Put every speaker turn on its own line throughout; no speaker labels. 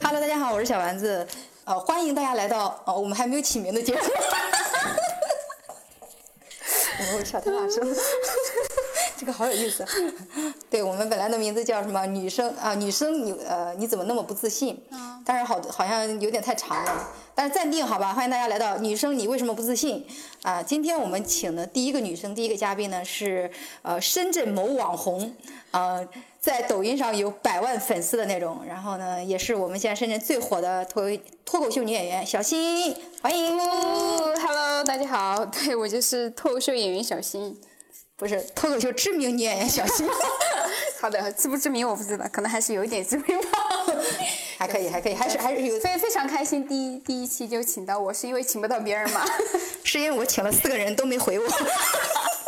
大家好，我是小丸子，呃，欢迎大家来到呃我们还没有起名的节目。我们会笑太大声， 这个好有意思。对我们本来的名字叫什么？女生啊，女生你呃你怎么那么不自信？
嗯
但是好好像有点太长了，但是暂定好吧。欢迎大家来到女生你为什么不自信啊、今天我们请的第一个女生，第一个嘉宾呢是呃深圳某网红，呃在抖音上有百万粉丝的那种，然后呢也是我们现在深圳最火的脱脱口秀女演员小新，欢迎。
Hello，大家好， 对我就是脱口秀演员小新。
不是脱口秀知名女演员小 新，
好的，知不知名我不知道，可能还是有一点知名吧。
还可以，还可以，还是还是有，
所以非常开心，第一第一期就请到我，是因为请不到别人 嘛。
是因为我请了四个人都没回我。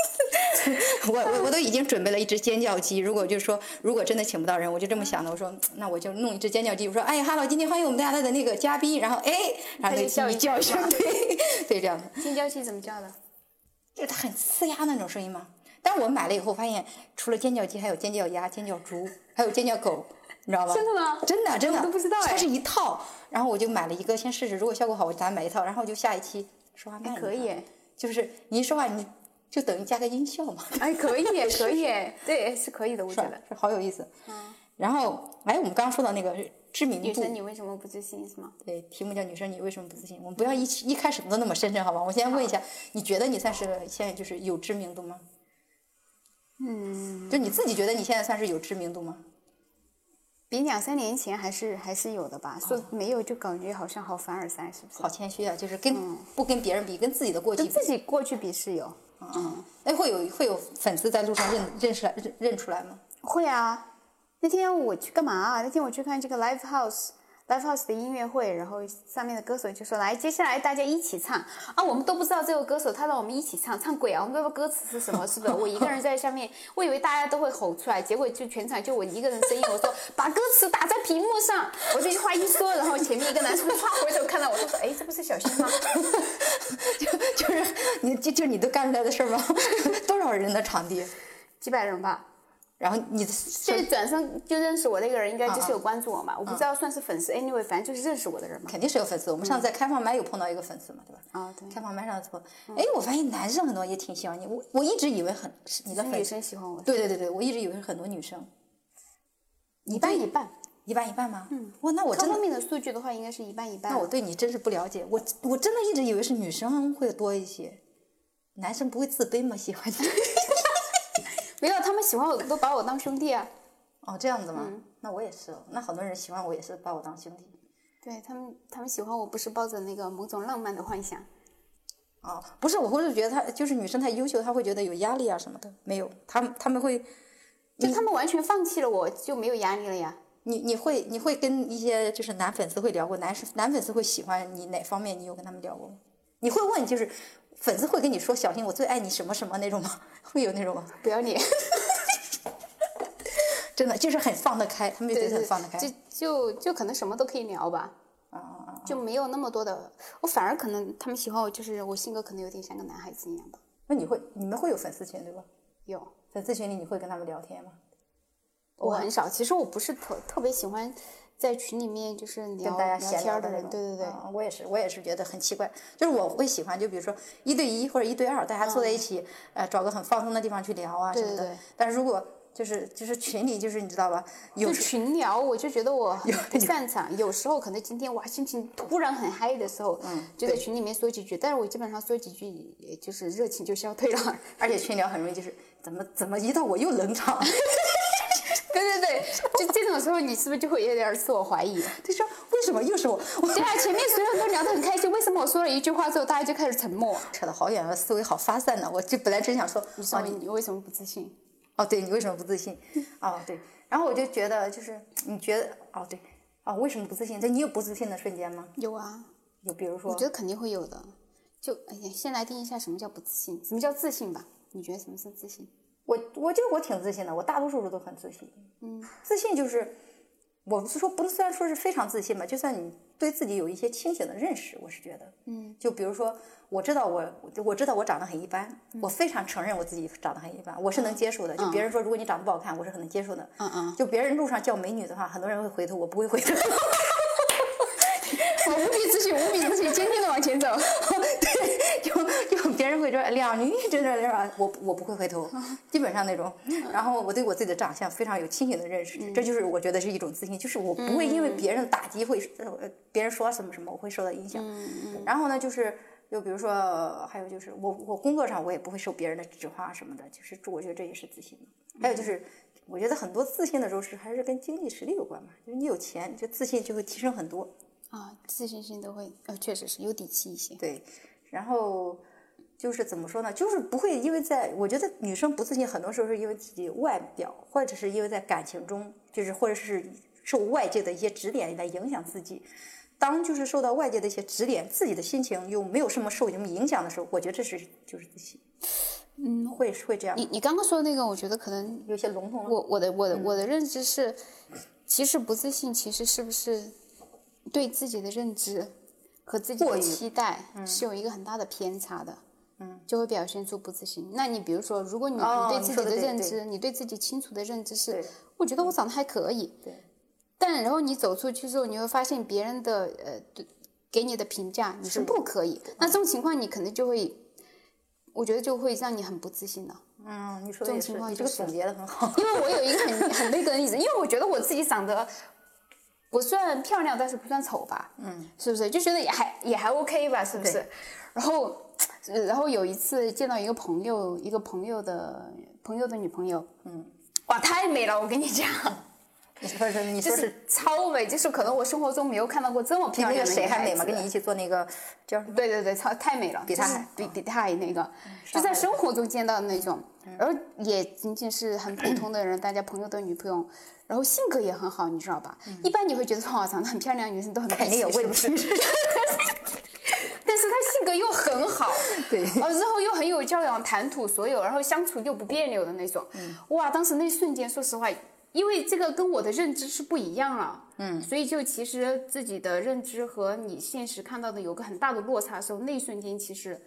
我我我都已经准备了一只尖叫鸡，如果就是说如果真的请不到人，我就这么想的，我说那我就弄一只尖叫鸡，我说哎哈喽，今天欢迎我们大家的那个嘉宾，然后哎，然后那个
他就叫
鸡
一
叫一声，对对这样的，
尖叫鸡怎么叫的？
就是它很呲牙那种声音嘛。但我买了以后发现，除了尖叫鸡，还有尖叫鸭、尖叫猪，还有尖叫狗，你知道吗？
真的吗
真的真的，
我都不知道哎
它是一套，然后我就买了一个先试试，如果效果好，我打算买一套，然后就下一期说话慢一点
哎
啊
可以，
就是你一说话你就等于加个音效嘛，
哎，可以，可以，对，是可以的，我
是
觉
吧
得。？
是好有意思。然后哎，我们刚刚说到那个知名
女
度，
生，你为什么不自信是吗？
对，题目叫“女生你为什么不自信”，我们不要一一开始都那么深沉，好吧？我先问一下，你觉得你算是现在就是有知名度吗？嗯，就你自己觉得你现在算是有知名度吗？
比两三年前还是还是有的吧，说没有就感觉好像哦好凡尔赛，是不是？
好谦虚啊，就是跟、不跟别人比，跟自己的过去
嗯跟
比，
自己过去比是有，
哎，会有会有粉丝在路上认认识来认认出来吗？
会啊，那天我去干嘛啊？那天我去看这个 Live House。Live House 的音乐会，然后上面的歌手就说：“来，接下来大家一起唱啊！我们都不知道这个歌手，他让我们一起唱，唱鬼啊！我们不知道歌词是什么，是的。我一个人在下面， 我以为大家都会吼出来，结果就全场就我一个人声音。我说 把歌词打在屏幕上，我这句话一说，然后前面一个男生唰回头看到我说： 哎，这不是小新吗？
就就是你就就你都干出来的事儿吗？ 多少人的场地？
几百人吧。”
然后你
这
这
转身就认识我那个人，应该就是有关注我嘛，我不知道算是粉丝，anyway，反正就是认识我的人嘛。
肯定是有粉丝。我们上次在开放麦有碰到一个粉丝嘛，对吧？
啊，嗯对，嗯
开放麦上的朋友，哎，我发现男生很多也挺喜欢你。我我一直以为很是你的
是
粉
女
丝，
生喜欢我，
对对对对，我一直以为是很多女生，
一半一半。
一半一半吗？嗯，哇，那我
看
真的
后，面的数据的话，应该是一半一半。
那我对你真是不了解。我我真的一直以为是女生会多一些，男生不会自卑吗？喜欢你？
没有，他们喜欢我都把我当兄弟啊。
哦，这样子吗？
嗯
那我也是哦，那很多人喜欢我也是把我当兄弟。
对他们，他们喜欢我不是抱着那个某种浪漫的幻想，
哦，不是，我会是觉得他就是女生太优秀，她会觉得有压力啊什么的。没有，他们他们会，
就他们完全放弃了我，就没有压力了呀。
你你会你会跟一些就是男粉丝会聊过，男生男粉丝会喜欢你哪方面？你有跟他们聊过吗？你会问就是粉丝会跟你说小心我最爱你什么什么那种吗？ 会有那种吗？
不要脸，
真的就是很放得开，他们就觉 得
对对
很放得开。
就就就可能什么都可以聊吧。就没有那么多的，我反而可能他们喜欢我，就是我性格可能有点像个男孩子一样吧。
那你会你们会有粉丝群对吧？
有，
粉丝群里你会跟他们聊天吗？
我很少，其实我不是特特别喜欢在群里面就是聊
跟大家
哦聊
闲
天
聊
儿
的
的
那
人，
种。
对对对，
啊我也是，我也是觉得很奇怪，就是我会喜欢，就比如说一对一或者一对二，大家坐在一起，呃，找个很放松的地方去聊啊什么
嗯对
的
对。
但如果就是就是群里就是你知道吧，有
就
时
群聊，我就觉得我很
有
不擅长。有时候可能今天哇心情突然很嗨的时候，
嗯
就在群里面说几句，但是我基本上说几句，也就是热情就消退了。
而且群聊很容易就是怎么怎么一到我又冷场，
对对对，就这种时候你是不是就会有点自我怀疑？
就说为什么又是我？我
对啊，前面所有人都聊得很开心，为什么我说了一句话之后大家就开始沉默？
扯得好远了，思维好发散呢。我就本来真想说，
你
哦
说你为什么不自信？
哦，对你为什么不自信？哦，对。然后我就觉得就是你觉得哦对哦为什么不自信？对你有不自信的瞬间吗？
有啊，
有比如说
我觉得肯定会有的。就哎呀，先来定义一下什么叫不自信，什么叫自信吧？你觉得什么是自信？
我我觉得我挺自信的，我大多数时候都很自信。嗯，自信就是，我不是说不虽然说是非常自信吧，就算你对自己有一些清醒的认识，我是觉得，嗯，就比如说我知道我我知道我长得很一般，我非常承认我自己长得很一般，我是能接受的。就别人说如果你长得不好看，我是很能接受的。
嗯嗯
就别人路上叫美女的话，很多人会回头，我不会回头。 无比自信，无比自信，坚定的往前走。 对，就就别人会说哎靓女，真的是吧我我不会回头，基本上那种。然后我对我自己的长相非常有清醒的认识，这就是我觉得是一种自信，就是我不会因为别人的打击会，呃别人说什么什么，我会受到影响。然后呢，就是。就比如说，呃还有就是我我工作上我也不会受别人的指化什么的，就是这我觉得这也是自信的。还有就是，我觉得很多自信的时候是还是跟经济实力有关嘛，就是你有钱，你就自信就会提升很多。
啊，自信心都会，呃，确实是有底气一些。
对，然后就是怎么说呢？就是不会因为在，我觉得女生不自信，很多时候是因为自己外表，或者是因为在感情中，就是或者是受外界的一些指点来影响自己。当就是受到外界的一些指点，自己的心情又没有什么受什么影响的时候，我觉得这是就是自信。嗯，会会这样
你，你刚刚说的那个，我觉得可能
有些笼统了。嗯
我我的我的我的认知是，其实不自信，其实是不是对自己的认知和自己
过
的
于嗯
期待是有一个很大的偏差的，嗯，就会表现出不自信。那你比如说，如果你你
哦
对
你
自己
说得
的
对
认
对
知，你对自己清楚的认知是
对，
我觉得我长得还可以，
对，
但然后你走出去之后，你会发现别人的呃对给你的评价你是嗯不可以，那这种情况你可能就会，我觉得就会让你很不自信的。
嗯，你说的也
这种情
是，
况
你这
就
个
是
总结的很 好。
因为我有一个很 很那个的例子，因为我觉得我自己长得不算漂亮，但是不算丑吧，嗯，是不是？就觉得也还也还 OK 吧，是不是
对？
然后，呃然后有一次见到一个朋友，一个朋友的朋友的女朋友，嗯，哇，太美了，我跟你讲，
你说是你
就
说是
是超美，就是可能我生活中没有看到过这么
比
漂
那
亮
个
的
谁还美嘛？
嘛？
跟你一起做那 个叫什么？
对对对，超太美了，
比她
就是
还嗯
比比她还那个，就
上
在
海嗯
生活中见到的那种，然后也仅仅是很普通的人，大家朋友的女朋友，然后性格也很好，你知道吧？一般你会觉得哇，长得很漂亮的女生都很
嗯肯 定有
问
问
题，
题。
但是她性格又很 好，
对
哦，之后又很有教养，谈吐所有，然后相处又不别扭的那种，哇，当时那瞬间，说实话。因为这个跟我的认知是不一样了，嗯，所以就其实自己的认知和你现实看到的有个很大的落差的时候，那一瞬间其实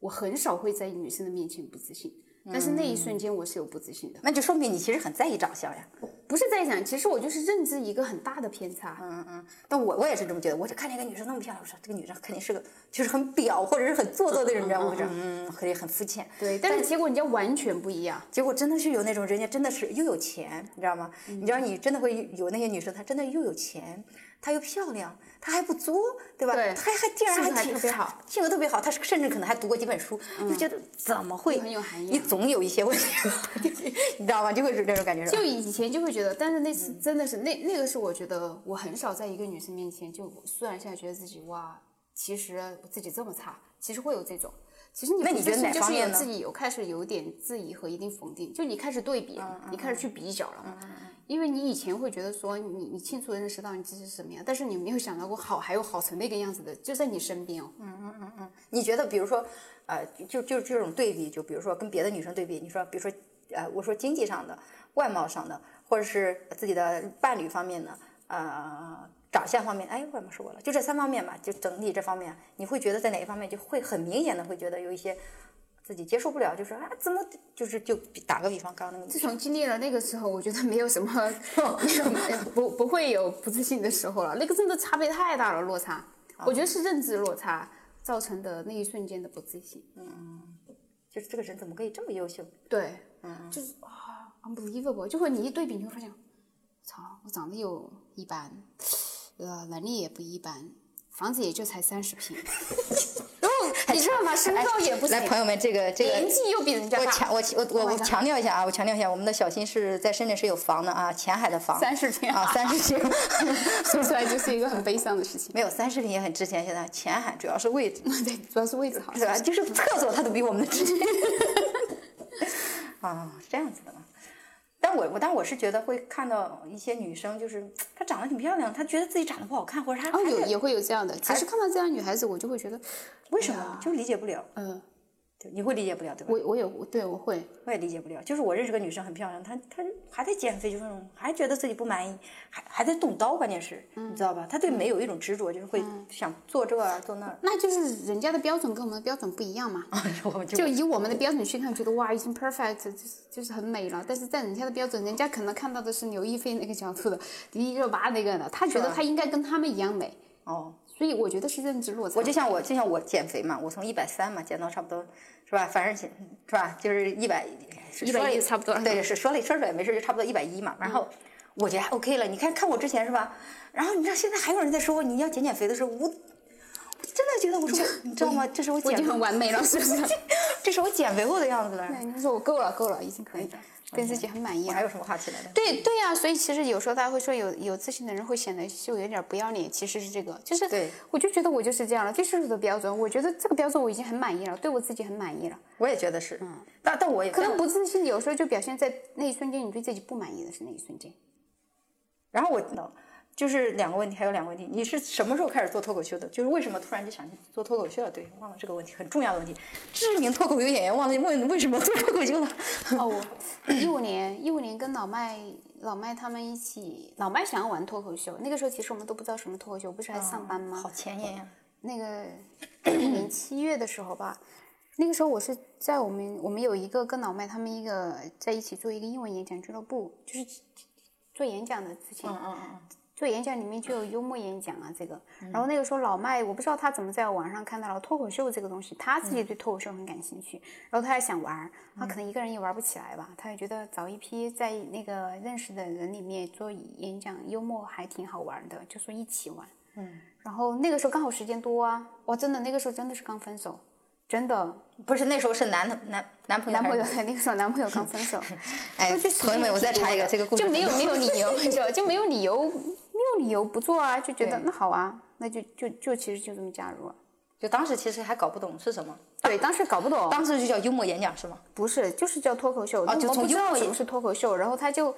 我很少会在女生的面前不自信，但是那一瞬间我是有不自信的，
那就说明你其实很在意长相呀。
不是在讲，其实我就是认知一个很大的偏差，
但我我也是这么觉得，我就看见一个女生那么漂亮，我说这个女生肯定是个就是很表或者是很做作的人，你知道吗？我就嗯，肯定很肤浅。
对，但是结果人家完全不一样，
结果真的是有那种人家真的是又有钱，你知道吗？你知道你真的会有那些女生，她真的又有钱，她又漂亮，她还不作，对吧？
对
她还还竟然
性格还
挺
特别好，嗯
性格特别好，她甚至可能还读过几本书，就觉得怎么会
很有啊涵养
你总有一些问题， 你知道吗？就会是这种感觉，是吧
就以前就会觉得，但是那次真的是、那那个是我觉得我很少在一个女生面前就突然一下觉得自己哇，其实自己这么差，其实会有这种。其实你
那你
不
觉
自
得
信
哪
就
方
是有
面呢
自己有开始有点质疑和一定否定，就你开始对比
嗯
了，你开始去比较了嘛。因为你以前会觉得说你你清楚的认识到你自己是什么样，但是你没有想到过好还有好成那个样子的，就在你身边哦。
你觉得，比如说，呃，就就这种对比，就比如说跟别的女生对比，你说，比如说，呃，我说经济上的、外貌上的，或者是自己的伴侣方面的，呃，长相方面，哎，外貌说过了，就这三方面吧，就整体这方面，你会觉得在哪一方面就会很明显的会觉得有一些自己接受不了，就是啊，怎么就是就比打个比方，刚刚那个
自从经历了那个时候，我觉得没有什 么，
哦
没有哎不不会有不自信的时候了。那个真的差别太大了，落差，
哦
我觉得是认知落差造成的那一瞬间的不自信。
就是这个人怎么可以这么优秀？
对，就是啊，unbelievable，就会你一对比，你会发现，操，我长得又一般，呃，能力也不一般，房子也就才三十 平，然后你知道吗？身高也不行
哎来，，朋友们，这个这个
年纪又比人家
我
大
强，我我我
Oh my
我
God
强调一下啊，我强调一下，我们的小新是在深圳是有房的啊，前海的房，
30平
啊，三十 平，
说出来就是一个很悲伤的事情。
没有三十平也很值钱。现在前海主要是位置，
对，主要是位置好。
是吧？就是厕所它都比我们的值钱。 啊，是这样子的嘛。但我我但我是觉得会看到一些女生，就是她长得挺漂亮，她觉得自己长得不好看，或者她
哦，
她
有
就
也会有这样的。其实看到这样的女孩子，我就会觉得，
为什么就理解不了？
嗯，
对你会理解不了对吧？
我我有对我会，
我也理解不了，就是我认识个女生很漂亮，她她还在减肥，就是那种还觉得自己不满意，还还在动刀，关键是，
嗯
你知道吧？她对美有一种执着，就是会想做这儿做那 儿，
那就是人家的标准跟我们的标准不一样嘛。
我就
就以嗯我们的标准去看，觉得哇已经 perfect，就是就是很美了。但是在人家的标准，人家可能看到的是刘亦菲那个角度的，迪丽热巴那个的，他觉得啊
吧
他应该跟他们一样美，
哦，
所以我觉得是认知落差。
我就像我就像我减肥嘛，我从一百三嘛减到差不多是吧？反正减是吧？就是一百
一百一差不多嗯
对，是说了说出来没事，就差不多一百一嘛。然后我觉得还 OK 了，你看看我之前是吧？然后你知道现在还有人在说你要减减肥的时候，我我真的觉得我说你知道吗？这是我
我已
减
经
肥，
很完美了，是不是？
这是我减肥后的样子了。
对，你说我够了，够了，已经可以了，对自己很满意
我
了
还。有什么话题来的？
对对呀、所以其实有时候大家会说有有自信的人会显得就有点不要脸，其实是这个，就是
对
我就觉得我就是这样了，就是我的标准，我觉得这个标准我已经很满意了，对我自己很满意了。
我也觉得是，但但我也
嗯可能不自信有时候就表现在那一瞬间，你对自己不满意的是那一瞬间。
然后我就是两个问题，还有两个问题，你是什么时候开始做脱口秀的？就是为什么突然就想去做脱口秀了？对，忘了这个问题，很重要的问题。知名脱口秀演员忘了问为什么做脱口秀了。
哦，我 一五年一五年跟老麦老麦他们一起，老麦想要玩脱口秀，那个时候其实我们都不知道什么脱口秀，不是还上班吗？
好前沿呀、
那个 年七月的时候吧，那个时候我是在我们我们有一个跟老麦他们一个在一起做一个英文演讲俱乐部，就是做演讲的之前，
嗯嗯
做演讲里面就有幽默演讲啊这个。然后那个时候老麦，我不知道他怎么在网上看到了脱口秀这个东西，他
嗯
自己对脱口秀很感兴趣，然后他还想玩儿，他可能一个人也玩不起来吧，他也觉得找一批在那个认识的人里面做演讲幽默还挺好玩的，就说一起玩。然后那个时候刚好时间多啊，哇，真的那个时候真的是刚分手，真的
嗯，不是那时候是男男男朋友
男
还
朋
是
友 那个时候男朋友刚分手，
哎，
就 时
朋友
间
们，
也
我再
挺
插
多
一个
的
这个故事
就
很
没有没有理由，就就没有理由，没有理由不做啊，就觉得
对
那好啊，那就就就其实就这么加入了。
就当时其实还搞不懂是什么，
对，当时搞不懂，
当时就叫幽默演讲是吗？
不是，就是叫脱口秀，
就
我们
从
不知
幽
道
默
什
演
么是脱口秀，然后他就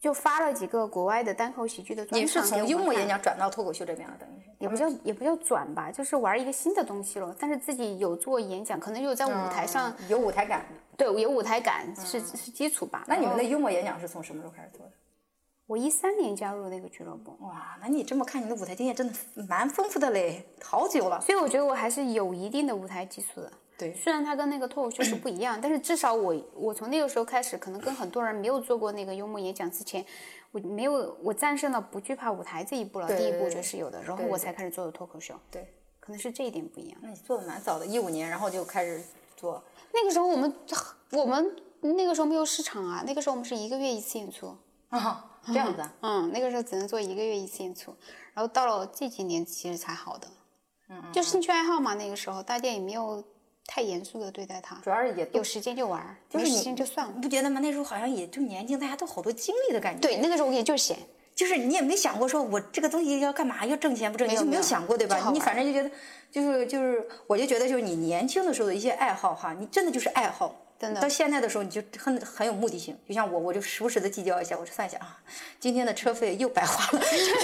就发了几个国外的单口喜剧的专
你
场，
是从幽默演。讲转到脱口秀这边了，等于是。
也不叫也不叫转吧，就是玩一个新的东西咯。但是自己有做演讲，可能有在舞台上
嗯有舞台感。
对，有舞台感是、
嗯
是基础吧。
那你们
然
的
后
幽默演讲是从什么时候开始做的？
我一三年加入那个俱乐部，
哇，那你这么看，你的舞台经验真的蛮丰富的嘞，好久了。
所以我觉得我还是有一定的舞台基础的。
对
虽然它跟那个脱口秀是不一样，但是至少我我从那个时候开始，可能跟很多人没有做过那个幽默演讲之前，我没有我战胜了不惧怕舞台这一步了。
对
第一
对
步我
对
觉得是有的，然后
对
我
对
才开始做的脱口秀，
对，
可能是这一点不一样。
那你做的蛮早的，一五年，然后就开始做。
那个时候我们我们那个时候没有市场啊，那个时候我们是一个月一次演出。
啊，这样子啊，
嗯，那个时候只能做一个月一次演出，然后到了这几年其实才好的，嗯，就兴趣爱好嘛。那个时候大家也没有太严肃的对待它，
主要是也
有
都
时间就玩儿，
是
没时
你
间就算了。
你不觉得吗？那时候好像也就年轻，大家都好多精力的感觉。，
对，那个时候也就闲，
就是你也没想过说我这个东西要干嘛，要挣钱不挣钱，
没有
就没
没
有
有
想过对
就好
吧？
玩
你反正就觉得，就是就是，我就觉得就是你年轻的时候的一些爱好哈，你真的就是爱好。
真的
到现在的时候，你就很很有目的性。就像我，我就时不时的计较一下，我就算一下啊，今天的车费又白花了。 就是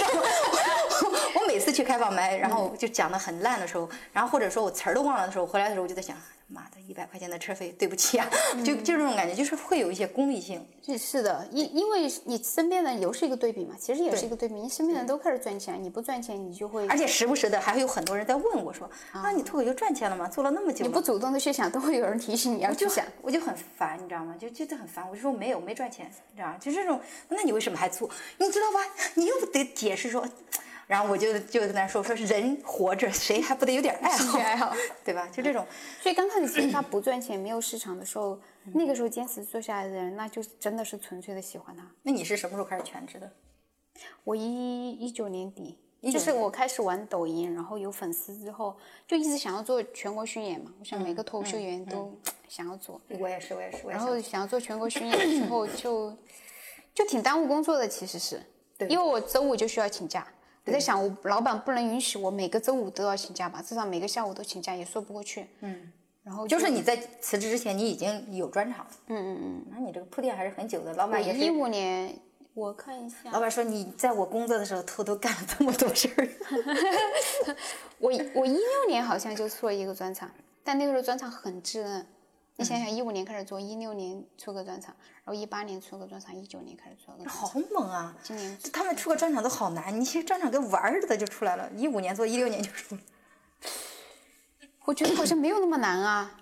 我我我每次去开放麦，然后就讲的很烂的时候，然后或者说我词儿都忘了的时候，回来的时候我就在想，妈的，一百块钱的车费，对不起啊，
嗯
就就这种感觉，就是会有一些功利性。
是是的，因因为你身边的人有是一个对比嘛，其实也是一个对比，你身边的人都开始赚钱，你不赚钱你就会，
嗯而且时不时的还会有很多人在问我说：“啊，你脱口秀赚钱了吗？做了那么久了，
你不主动的去想，都会有人提醒你要去
就
想
很。我就很烦，你知道吗？就觉得很烦，我就说没有，没赚钱，你知道吗？就这种，那你为什么还做？你知道吧？你又得解释说，然后我就就跟他说说人活着谁还不得有点爱好，
兴趣爱好
对吧？就这种，
所以刚开始其实他不赚钱、没有市场的时候，
嗯
那个时候坚持做下来的人，那就真的是纯粹的喜欢他。
那你是什么时候开始全职的？
我一一九年底，
19
就是我开始玩抖音，然后有粉丝之后，就一直想要做全国巡演嘛。我想每个脱口秀演员
嗯
都想要做，
我也是，我也是，我也
然
是。
后想要做全国巡演之后就就挺耽误工作的，其实是，
对
因为我周五就需要请假。我在想，我老板不能允许我每个周五都要请假吧？至少每个下午都请假也说不过去。嗯，然后
就是你在辞职之前，你已经有专场了，
嗯嗯
那你这个铺垫还是很久的。老
嗯，
板也
一
是，
五年我看一下
老，板说你在我工作的时候偷偷干了这么多事儿。
我我一六年好像就做一个专场，但那个时候专场很稚嫩。你想想，一五年开始做，一六年出个专场，然后一八年出个专场，一九年开始做个专场。
好猛啊！
今年
这他们出个专场都好难，你其实专场跟玩儿似的就出来了，一五年做一六年就出了。
我觉得好像没有那么难啊。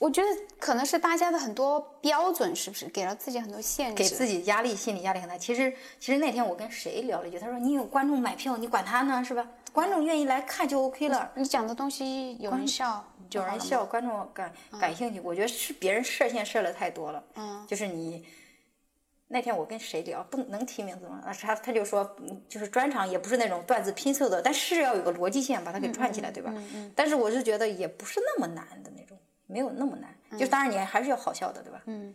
我觉得可能是大家的很多标准是不是给了自己很多限
给
制？
自己压力，心理压力很大。其实，其实那天我跟谁聊了一句，他说：“你有观众买票，你管他呢，是吧？”观众愿意来看就 OK 了。
你讲的东西有人笑，
有人
就好了
笑，观众感感兴趣，我觉得是别人事儿现事儿了太多了。
嗯，
就是你那天我跟谁聊，不能提名字吗？啊，他他就说，嗯就是专场也不是那种段子拼凑的，但是要有个逻辑线把它给串起
嗯
来，对吧？但是我是觉得也不是那么难的那种，没有那么难。就当然你还是要好笑的，对吧？
嗯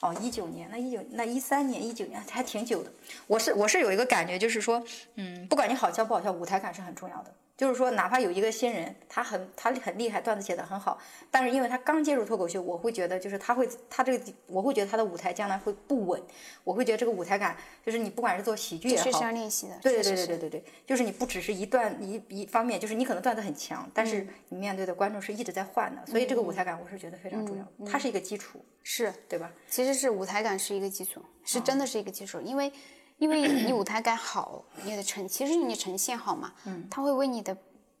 哦，一九年，那一九那一三年、一九年还挺久的。我是我是有一个感觉，就是说，嗯，不管你好笑不好笑，舞台感是很重要的。就是说，哪怕有一个新人，他很他很厉害，段子写得很好，但是因为他刚接触脱口秀，我会觉得就是他会他这个我会觉得他的舞台将来会不稳，我会觉得这个舞台感就是你不管是做喜剧也
确实
好
要，练习的。
对
确
对
实
对
是
对对对，就是你不只是一段一一方面，就是你可能段子很强，但
嗯
是你面对的观众是一直在换的，所以这个舞台感我是觉得非常重要的，
嗯
它是一个基础，
是
对吧？嗯
其实是舞台感是一个基础，是真的是一个基础，因为因为你舞台感好，你的呈其实你的呈现好嘛，嗯，它会为你的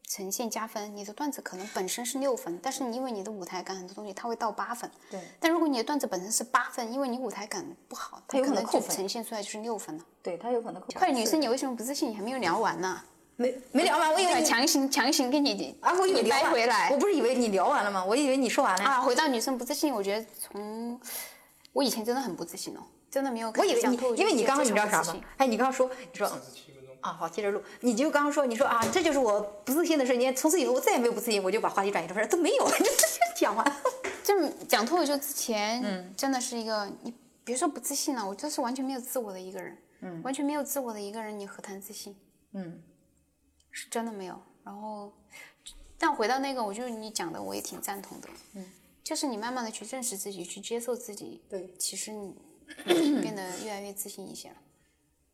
呈现加分。你的段子可能本身是六分，但是你因为你的舞台感很多东西，它会到八分。
对。
但如果你的段子本身是八分，因为你舞台感不好，它
有可
可
能
能
扣
就
分
呈现出来就是六分了。
对他有可能扣分
快，女生，你为什么不自信？你还没有聊完呢。
没没聊完，我以为
对，
你
强行强行给你
啊，我以为
你
聊
掰
完
回来
我。不是以为你聊完了吗？我以为你说完了呀。
啊，回到女生不自信，我觉得从我以前真的很不自信哦，真的没有
我
看
以为
想
你
脱口，秀
因为你刚刚你知道啥
非常
吗
不自信？
哎，你刚刚说你说啊，好，接着录。你就刚刚说你说啊，这就是我不自信的瞬间，从此以后我再也没有不自信，我就把话题转移成说都没 有，这这讲完。
就讲脱口秀之前，
嗯
真的是一个你别说不自信了，我就是完全没有自我的一个人，嗯，完全没有自我的一个人，你何谈自信？
嗯，
是真的没有。然后，但回到那个，我就是你讲的，我也挺赞同的，嗯，就是你慢慢的去认识自己，去接受自己，
对，
其实 你你变得越来越自信一些了。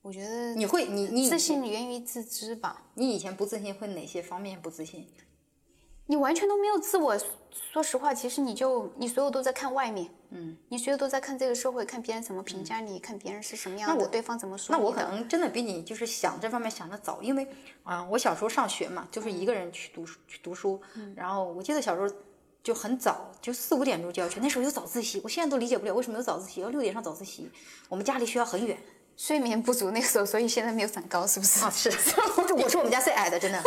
我觉得
你会你你
自信源于自知吧，
你以前不自信会哪些方面不自信？
你完全都没有自我。说实话，其实你就你所有都在看外面，嗯，你所有都在看这个社会，看别人怎么评价你，看别人是什么样的，
我
对方怎么
嗯
说
那
你
我可
的
能真的比你就是想这方面想的早，因为啊、我小时候上学嘛，就是一个人去读书去读书，然后我记得小时候就很早，就四五点钟就要去，那时候有早自习，我现在都理解不了为什么有早自习，要六点上早自习，我们家离学校很远
睡眠不足那个时候，所以现在没有长高，是不是？
啊， 是，我是我是我们家最矮的，真 的，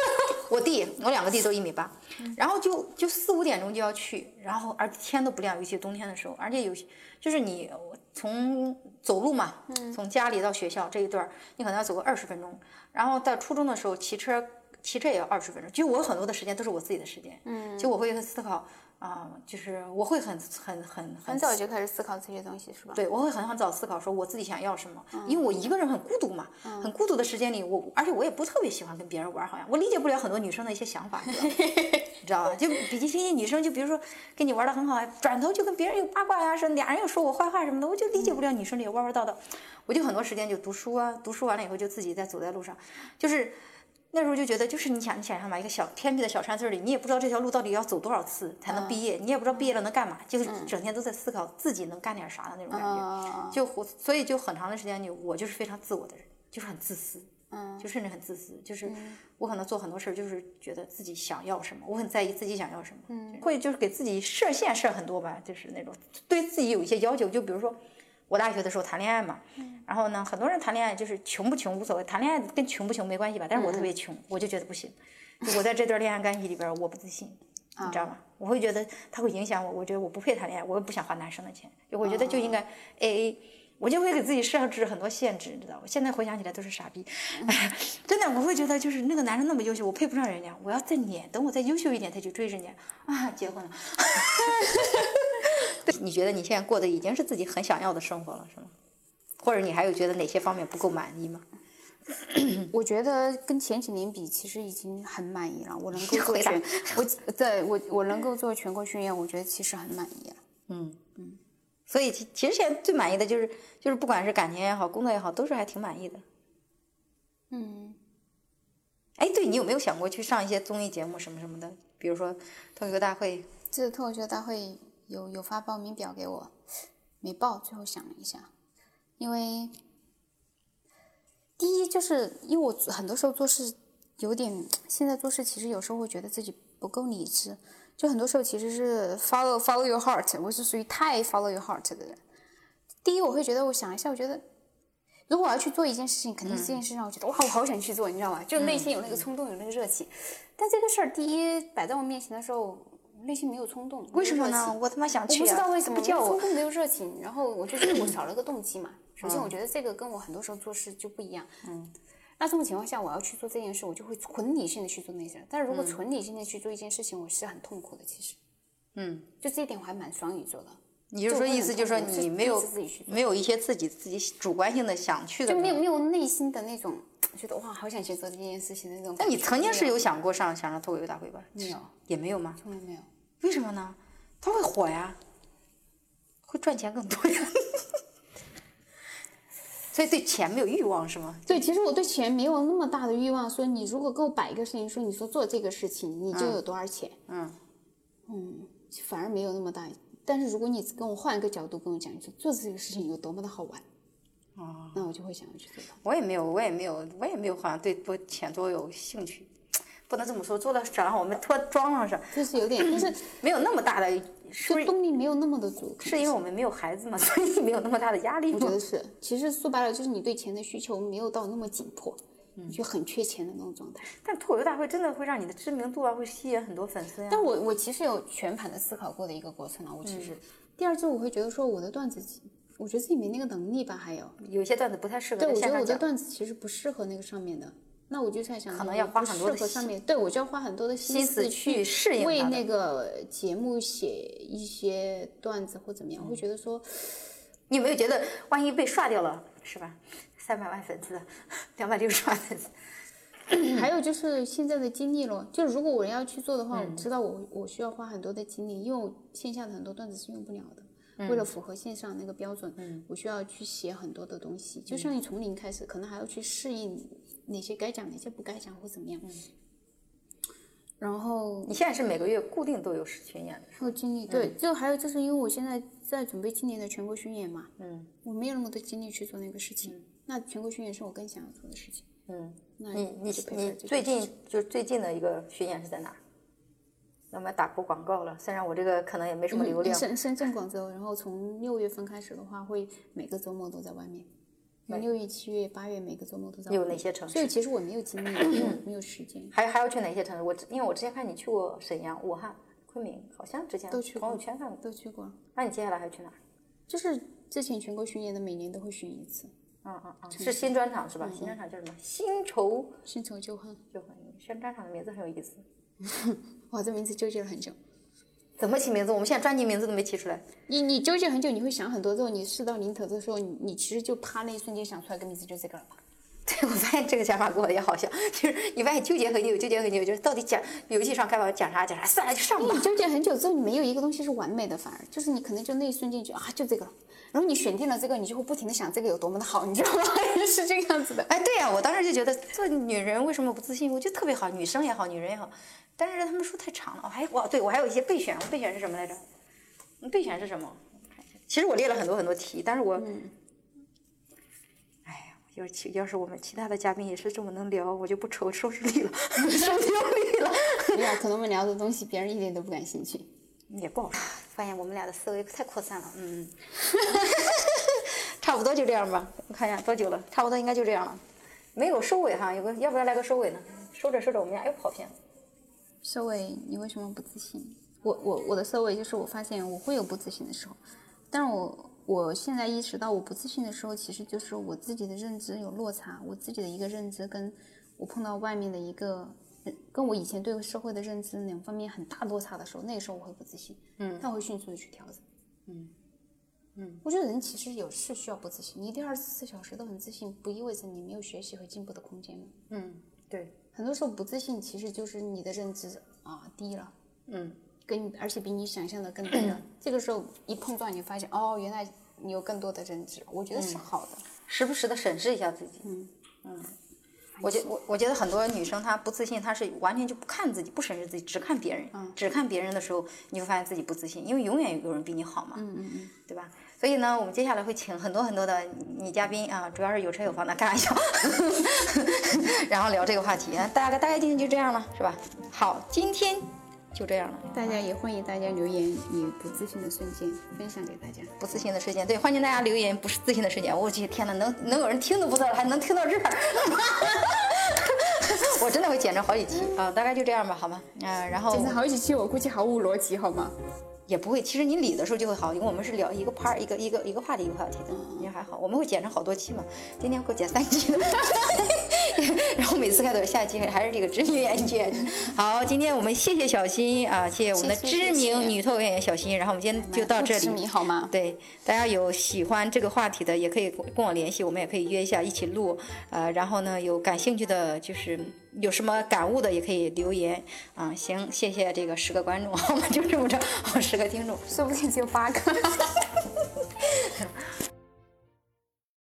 我弟我两个弟都一米八，然后就就四五点钟就要去，然后而且天都不亮，尤其冬天的时候，而且有就是你从走路嘛，从家里到学校这一段儿，你可能要走个二十分钟。然后在初中的时候，骑车骑车也要二十分钟。就我很多的时间都是我自己的时间，嗯，就我会思考啊、就是我会很很很
很早就开始思考这些东西，是吧？
对，我会很很早思考说我自己想要什么，因为我一个人很孤独嘛，很孤独的时间里，我而且我也不特别喜欢跟别人玩儿，好像我理解不了很多女生的一些想法，你知道吗？ 你知道吧？就比起这些女生，就比如说跟你玩的很好，转头就跟别人有八卦呀、什么，俩人又说我坏话什么的，我就理解不了女生这些弯弯道道。我就很多时间就读书啊，读书完了以后就自己在走在路上，就是。那时候就觉得，就是你想，你想象吧，一个小偏僻的小山村里，你也不知道这条路到底要走多少次才能毕业，你也不知道毕业了能干嘛，就是整天都在思考自己能干点啥的那种感觉。
啊，
就活，所以就很长的时间里，我就是非常自我的人，就是很自私，嗯，就甚至很自私，就是我可能做很多事儿，就是觉得自己想要什么，我很在意自己想要什么，嗯，会就是给自己设限设很多吧，就是那种对自己有一些要求，就比如说。我大学的时候谈恋爱嘛，然后呢，很多人谈恋爱就是穷不穷无所谓，谈恋爱跟穷不穷没关系吧。但是我特别穷，我就觉得不行，就我在这段恋爱关系里边儿我不自信，你知道吗？我会觉得它会影响我，我觉得我不配谈恋爱，我也不想花男生的钱，就我觉得就应该 A A。我就会给自己设置很多限制，你知道吗？现在回想起来都是傻逼，真的，我会觉得就是那个男生那么优秀，我配不上人家，我要再撵，等我再优秀一点再去追人家啊，结婚了。对你觉得你现在过的已经是自己很想要的生活了，是吗？或者你还有觉得哪些方面不够满意吗？
我觉得跟前几年比，其实已经很满意了。我能够做
回答
全，我对我我能够做全国巡演，我觉得其实很满意了。啊
所以其其实现在最满意的就是就是不管是感情也好，工作也好，都是还挺满意的。
嗯，
哎，对你有没有想过去上一些综艺节目什么什么的？比如说脱口秀大会，
这次脱口秀大会有有发报名表给我，没报，最后想了一下，因为第一就是因为我很多时候做事有点，现在做事其实有时候会觉得自己不够理智，就很多时候其实是 follow follow your heart，我是属于太 follow your heart 的人。第一，我会觉得我想一下，我觉得如果我要去做一件事情，肯定是
嗯
这件事让我觉得、哇，我好想去做，你知道吗？就内心有那个冲动，有那个热情。但这个事儿，第一摆在我面前的时候，内心没有冲动，
为什么
没有热
呢？
情
我他妈想
我
去、啊，
不知道为什么
不叫
没有
我
冲。动没有热情，然后我就觉得我少了个动机嘛。首先，我觉得这个跟我很多时候做事就不一样。嗯，那这种情况下，我要去做这件事，我就会纯理性的去做那件事。但是如果纯理性的去做一件事情，我是很痛苦的。其实，
嗯，
就这一点我还蛮双鱼座的，
你就是说
就我
意思
很
就是说
痛苦
你
就
没有
自己去做
没有一些自己自己主观性的想去的
就
那
没有
种。
没有内心的那种觉得哇，好想去做这件事情的那种
那
感觉。
你曾经是有想过上想上脱口秀大会吧？
没有？
也没有吗？
从来没有。
为什么呢？它会火呀，会赚钱更多呀。 所以对钱没有欲望是吗？
对，其实我对钱没有那么大的欲望。说你如果给我摆一个事情，说你说做这个事情，你就有多少钱？
嗯
嗯反而没有那么大。但是如果你跟我换一个角度跟我讲，你说做这个事情有多么的好玩，
哦，
那我就会想要去做它。
我也没有，我也没有，我也没有，好像对多钱多有兴趣，不能这么说，做到长上我们脱妆上是
就是有点，但是
没有那么大的，是不？
就是动力没有那么的足。可
是因为我们没有孩子嘛，所以没有那么大的压力
我觉
吗？
得是，其实说白了就是你对钱的需求没有到那么紧迫，
嗯
你就很缺钱的那种状态。
但脱口秀大会真的会让你的知名度啊，会吸引很多粉丝呀、
但我我其实有全盘的思考过的一个过程啊，我其实、
嗯
第二周我会觉得说我的段子，我觉得自己没那个能力吧，还有
有些段子不太适合
对，
在
我觉
线
得我
上
的
讲，
段子其实不适合那个上面的，那我就在想，
可能要花很多的
适合
心
上面，对我就要花很多的
心思
思
去适应
为
它的
那个节目写一些段子或怎么样，
嗯
会觉得说，
你有没有觉得万一被刷掉了，是吧？三百万粉丝，两百六十万粉丝，
还有就是现在的精力咯，就如果我要去做的话，我
嗯
知道我我需要花很多的精力，因为我线下的很多段子是用不了
嗯
的。为了符合线上那个标准，我需要去写很多的东西，
嗯
就像你从零开始，可能还要去适应哪些该讲，哪些不该讲或怎么样。
嗯
然后
你现在是每个月固定都有巡演的，
还有精力，对，
嗯
就还有就是因为我现在在准备今年的全国巡演嘛，
嗯，
我没有那么多精力去做那个事情。那全国巡演是我更想要做的事情。
嗯，
那
你
我
你
就配合
你
这个
最
事情
近就是最近的一个巡演是在哪儿？那我们打过广告了，虽然我这个可能也没什么
嗯
流量，
深深圳、广州，然后从六月份开始的话，会每个周末都在外面。六月、七月、八月，每个周末都在外面。
有哪些城市
所以其实我没有精力，没有没有时 间。
还还要去哪些城市？我之因为我之前看你去过沈阳、武汉、昆明，好像之前
都去过啊
朋友圈看过。
都去过了，
那你接下来还去哪儿？
就是之前全国巡演的，每年都会巡一次，
嗯嗯嗯，是新专场是吧？新专场叫什么？新愁
新仇旧恨。
就很新专场的名字很有意思，
哇，这名字纠结了很久。
怎么起名字？我们现在专辑名字都没起出来。
你你纠结很久，你会想很多。之后你事到临头的时候，你你其实就啪那一瞬间想出来个名字就这个了吧。
对，我发现这个想法跟我也好像，就是你发现纠结很久，纠结很久，就是到底讲游戏上该把讲啥讲啥，算了就上吧
你。纠结很久之后，你没有一个东西是完美的，反而就是你可能就那一瞬间就啊就这个了。然后你选定了这个，你就会不停的想这个有多么的好，你知道吗？ 是这个样子的。
哎，对呀、我当时就觉得做女人为什么不自信？我觉得特别好，女生也好，女人也好。但是他们说太长了，我还我对我还有一些备选，我备选是什么来着？嗯备选是什么？我看一下其实我列了很多很多题，但是我，哎呀，要是其要是我们其他的嘉宾也是这么能聊，我就不愁收视率了， 收听率了。
没有，可能我们聊的东西别人一点都不感兴趣。
也不好说。发现我们俩的思维太扩散了，嗯，差不多就这样吧。我看一下多久了，差不多应该就这样了，没有收尾哈，有个要不要来个收尾呢？收着收着，我们俩又跑偏了。
收尾，你为什么不自信？我我我的收尾就是我发现我会有不自信的时候，但是我我现在意识到我不自信的时候，其实就是我自己的认知有落差，我自己的一个认知跟我碰到外面的一个，嗯跟我以前对社会的认知两方面很大落差的时候，那个时候我会不自信，嗯，但我会迅速的去调整，嗯嗯，我觉得人其实有是需要不自信，你一定二十四小时都很自信，不意味着你没有学习和进步的空间吗？
嗯，对，
很多时候不自信其实就是你的认知啊低了，
嗯，
跟你而且比你想象的更低了。 这个时候一碰撞，你发现哦，原来你有更多的认知，我觉得是好的。
时不时的审视一下自己。嗯嗯，我觉我我觉得很多女生她不自信，她是完全就不看自己，不审视自己，只看别人。只看别人的时候，你会发现自己不自信，因为永远有人比你好嘛。嗯嗯嗯，对吧？所以呢，我们接下来会请很多很多的女嘉宾啊，主要是有车有房的，开 玩笑，然后聊这个话题。大概大概今天就这样了，是吧？好，今天就这样了。
大家也欢迎大家留言你不自信的瞬间，分享给大家。
不自信的事件，对，欢迎大家留言不是自信的事件。我去，天哪，能能有人听都不知道，还能听到这儿， 我真的会剪成好几期啊、大概就这样吧，好吗？嗯、然后
简直好几期，我估计毫无逻辑，好吗？
也不会，其实你理的时候就会好，因为我们是聊一个 part 一个一个一个话题一个话题的，也还好，我们会剪成好多期嘛，今天会剪三期 的，然后每次开头下一期还是这个知名演员。好，今天我们谢谢小新啊，谢谢我们的
谢谢
知
谢谢
名女脱口秀演员小新，然后我们今天就到这里
不知。名好吗？
对，大家有喜欢这个话题的，也可以跟我联系，我们也可以约一下一起录。呃，然后呢，有感兴趣的，就是有什么感悟的，也可以留言啊、 行，谢谢这个十个观众，我们就这么着，十个听众。
说不定只有八个。